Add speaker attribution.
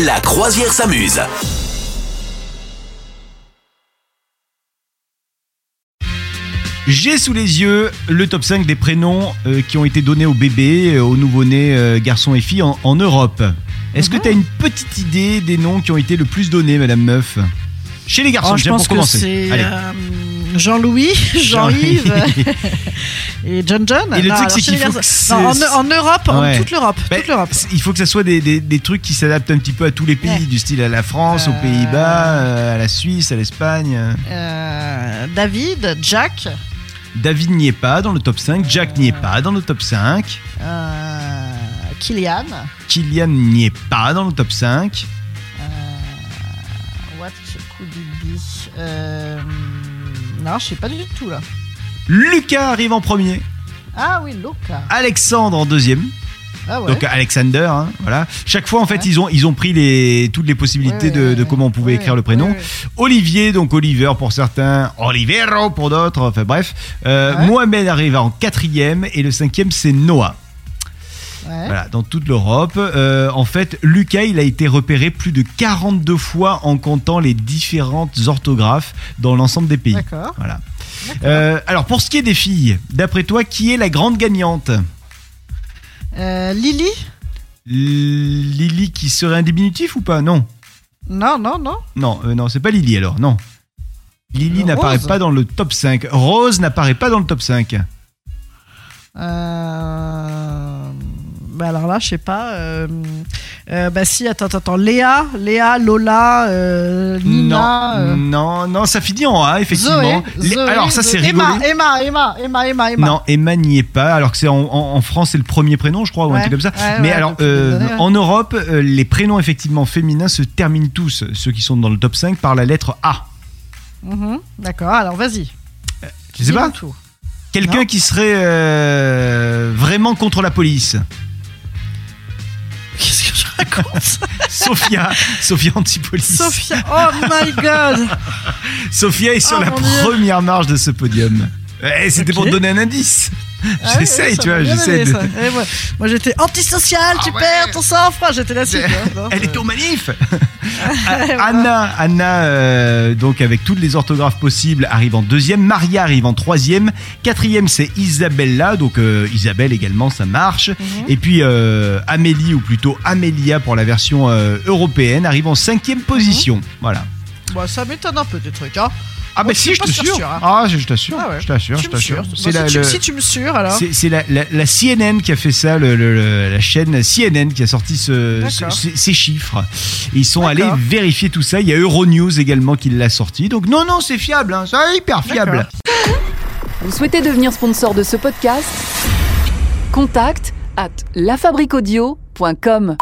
Speaker 1: La croisière s'amuse.
Speaker 2: J'ai sous les yeux le top 5 des prénoms euh, qui ont été donnés aux bébés, euh, aux nouveau-nés euh, garçons et filles en, en Europe. Est-ce
Speaker 3: Mhm.
Speaker 2: que tu as une petite idée des noms qui ont été le plus donnés, Madame Meuf Chez les garçons,
Speaker 3: Oh, je
Speaker 2: déjà
Speaker 3: pense
Speaker 2: pour
Speaker 3: que
Speaker 2: commencer.
Speaker 3: c'est
Speaker 2: Allez.
Speaker 3: euh, Jean-Louis, Jean-Yves et John John.
Speaker 2: Et le
Speaker 3: Non,
Speaker 2: truc,
Speaker 3: alors,
Speaker 2: c'est
Speaker 3: chez
Speaker 2: qu'il
Speaker 3: les
Speaker 2: faut
Speaker 3: garçons-
Speaker 2: que
Speaker 3: Non,
Speaker 2: c'est-
Speaker 3: en, en Europe,
Speaker 2: Ouais.
Speaker 3: en toute l'Europe,
Speaker 2: Ben,
Speaker 3: toute l'Europe.
Speaker 2: Il faut que ça soit des, des- des trucs qui s'adaptent un petit peu à tous les pays,
Speaker 3: Ouais.
Speaker 2: du style à la France, aux
Speaker 3: Euh.
Speaker 2: Pays-Bas, euh, à la Suisse, à l'Espagne.
Speaker 3: Euh, David, Jack,
Speaker 2: David n'y est pas dans le top 5, Jack n'y est pas dans le top 5,
Speaker 3: euh, Kylian.
Speaker 2: Kylian n'y est pas dans le top 5.
Speaker 3: euh, What could it be Euh, Non, je sais pas du tout là.
Speaker 2: Lucas arrive en premier,
Speaker 3: Ah oui, Luca.
Speaker 2: Alexandre en deuxième.
Speaker 3: Ah ouais.
Speaker 2: Donc Alexander, hein, voilà. Chaque fois, en fait, ils ont ils ont pris les toutes les possibilités
Speaker 3: Ouais,
Speaker 2: de,
Speaker 3: ouais,
Speaker 2: de comment on pouvait
Speaker 3: ouais,
Speaker 2: écrire le prénom.
Speaker 3: ouais, ouais.
Speaker 2: Olivier, donc Oliver pour certains, Olivero pour d'autres. Enfin bref, Euh,
Speaker 3: Ouais.
Speaker 2: Mohamed arrive en quatrième et le cinquième c'est Noah.
Speaker 3: Ouais.
Speaker 2: Voilà, dans toute l'Europe. Euh, en fait, Lucas, il a été repéré plus de 42 fois en comptant les différentes orthographes dans l'ensemble des pays.
Speaker 3: D'accord.
Speaker 2: Voilà. Euh, alors pour ce qui est des filles, d'après toi, qui est la grande gagnante
Speaker 3: Euh, Lily
Speaker 2: Lily qui serait un diminutif ou pas Non.
Speaker 3: Non, non, non.
Speaker 2: Non, euh, non, c'est pas Lily alors, non. Lily
Speaker 3: Euh,
Speaker 2: n'apparaît
Speaker 3: Rose.
Speaker 2: pas dans le top 5. Rose n'apparaît pas dans le top 5.
Speaker 3: Euh... Bah alors là, je sais pas. Euh... euh, bah si, attends, attends, attends. Léa, Léa, Lola, euh, Nina.
Speaker 2: non,
Speaker 3: euh,
Speaker 2: non, non, ça finit en A, effectivement.
Speaker 3: Zoé,
Speaker 2: Les-
Speaker 3: Zoé,
Speaker 2: alors ça, c'est
Speaker 3: Zoé. Emma,
Speaker 2: rigolo.
Speaker 3: Emma, Emma, Emma, Emma, Emma.
Speaker 2: Non, Emma n'y est pas, alors que c'est en, en- en France, c'est le premier prénom, je crois, ou un
Speaker 3: Ouais,
Speaker 2: truc comme ça.
Speaker 3: ouais,
Speaker 2: Mais
Speaker 3: ouais,
Speaker 2: alors,
Speaker 3: depuis
Speaker 2: euh,
Speaker 3: des années, ouais.
Speaker 2: en Europe, euh, les prénoms effectivement féminins se terminent tous, ceux qui sont dans le top 5, par la lettre A.
Speaker 3: Mhm, D'accord, alors vas-y.
Speaker 2: Je sais
Speaker 3: Dis-nous
Speaker 2: pas,
Speaker 3: tout.
Speaker 2: quelqu'un
Speaker 3: Non.
Speaker 2: qui serait euh, vraiment contre la police.
Speaker 3: Qu'est-ce que je raconte
Speaker 2: Sophia, Sophia anti-police.
Speaker 3: Sophia, oh my god
Speaker 2: Sophia est sur
Speaker 3: Oh,
Speaker 2: la
Speaker 3: mon Dieu.
Speaker 2: première marge de ce podium. Eh, C'était
Speaker 3: Ok.
Speaker 2: pour te donner un indice.
Speaker 3: Ah oui,
Speaker 2: J'essaye,
Speaker 3: oui, ça
Speaker 2: tu vois,
Speaker 3: m'a bien
Speaker 2: j'essaie.
Speaker 3: aidé,
Speaker 2: de-
Speaker 3: ça. Eh ouais. Moi j'étais antisocial,
Speaker 2: Ah
Speaker 3: tu
Speaker 2: ouais.
Speaker 3: perds ton sang-froid, j'étais Eh là-dessus.
Speaker 2: Elle-
Speaker 3: tu vois, non,
Speaker 2: Elle
Speaker 3: euh,
Speaker 2: est au manif. Ah, Anna, Anna euh, donc avec toutes les orthographes possibles, arrive en deuxième. Maria arrive en troisième. Quatrième, c'est Isabella. Donc euh, Isabelle également, ça marche.
Speaker 3: Mhm.
Speaker 2: Et puis euh, Amélie, ou plutôt Amélia pour la version euh, européenne, arrive en cinquième position. Voilà.
Speaker 3: Bon, ça m'étonne un peu des trucs, hein.
Speaker 2: Ah,
Speaker 3: Bon,
Speaker 2: bah
Speaker 3: Mhm. je
Speaker 2: si,
Speaker 3: suis
Speaker 2: je
Speaker 3: pas
Speaker 2: te
Speaker 3: sûre,
Speaker 2: jure.
Speaker 3: hein.
Speaker 2: Ah, je t'assure.
Speaker 3: Ah ouais.
Speaker 2: Je t'assure,
Speaker 3: Tu
Speaker 2: je
Speaker 3: me
Speaker 2: t'assure.
Speaker 3: sûres. Bon,
Speaker 2: C'est
Speaker 3: si,
Speaker 2: la-
Speaker 3: tu,
Speaker 2: le-
Speaker 3: si tu me sûres, alors.
Speaker 2: C'est c'est la, la- la CNN qui a fait ça, le- le- le- la chaîne CNN qui a sorti ce- ce-
Speaker 3: D'accord.
Speaker 2: ces- ces chiffres. Ils sont allés
Speaker 3: D'accord.
Speaker 2: vérifier tout ça. Il y a Euronews également qui l'a sorti. Donc non, non, c'est fiable, hein. c'est hyper fiable.
Speaker 3: D'accord.
Speaker 4: Vous souhaitez devenir sponsor de ce podcast Contact à lafabriquaudio.com.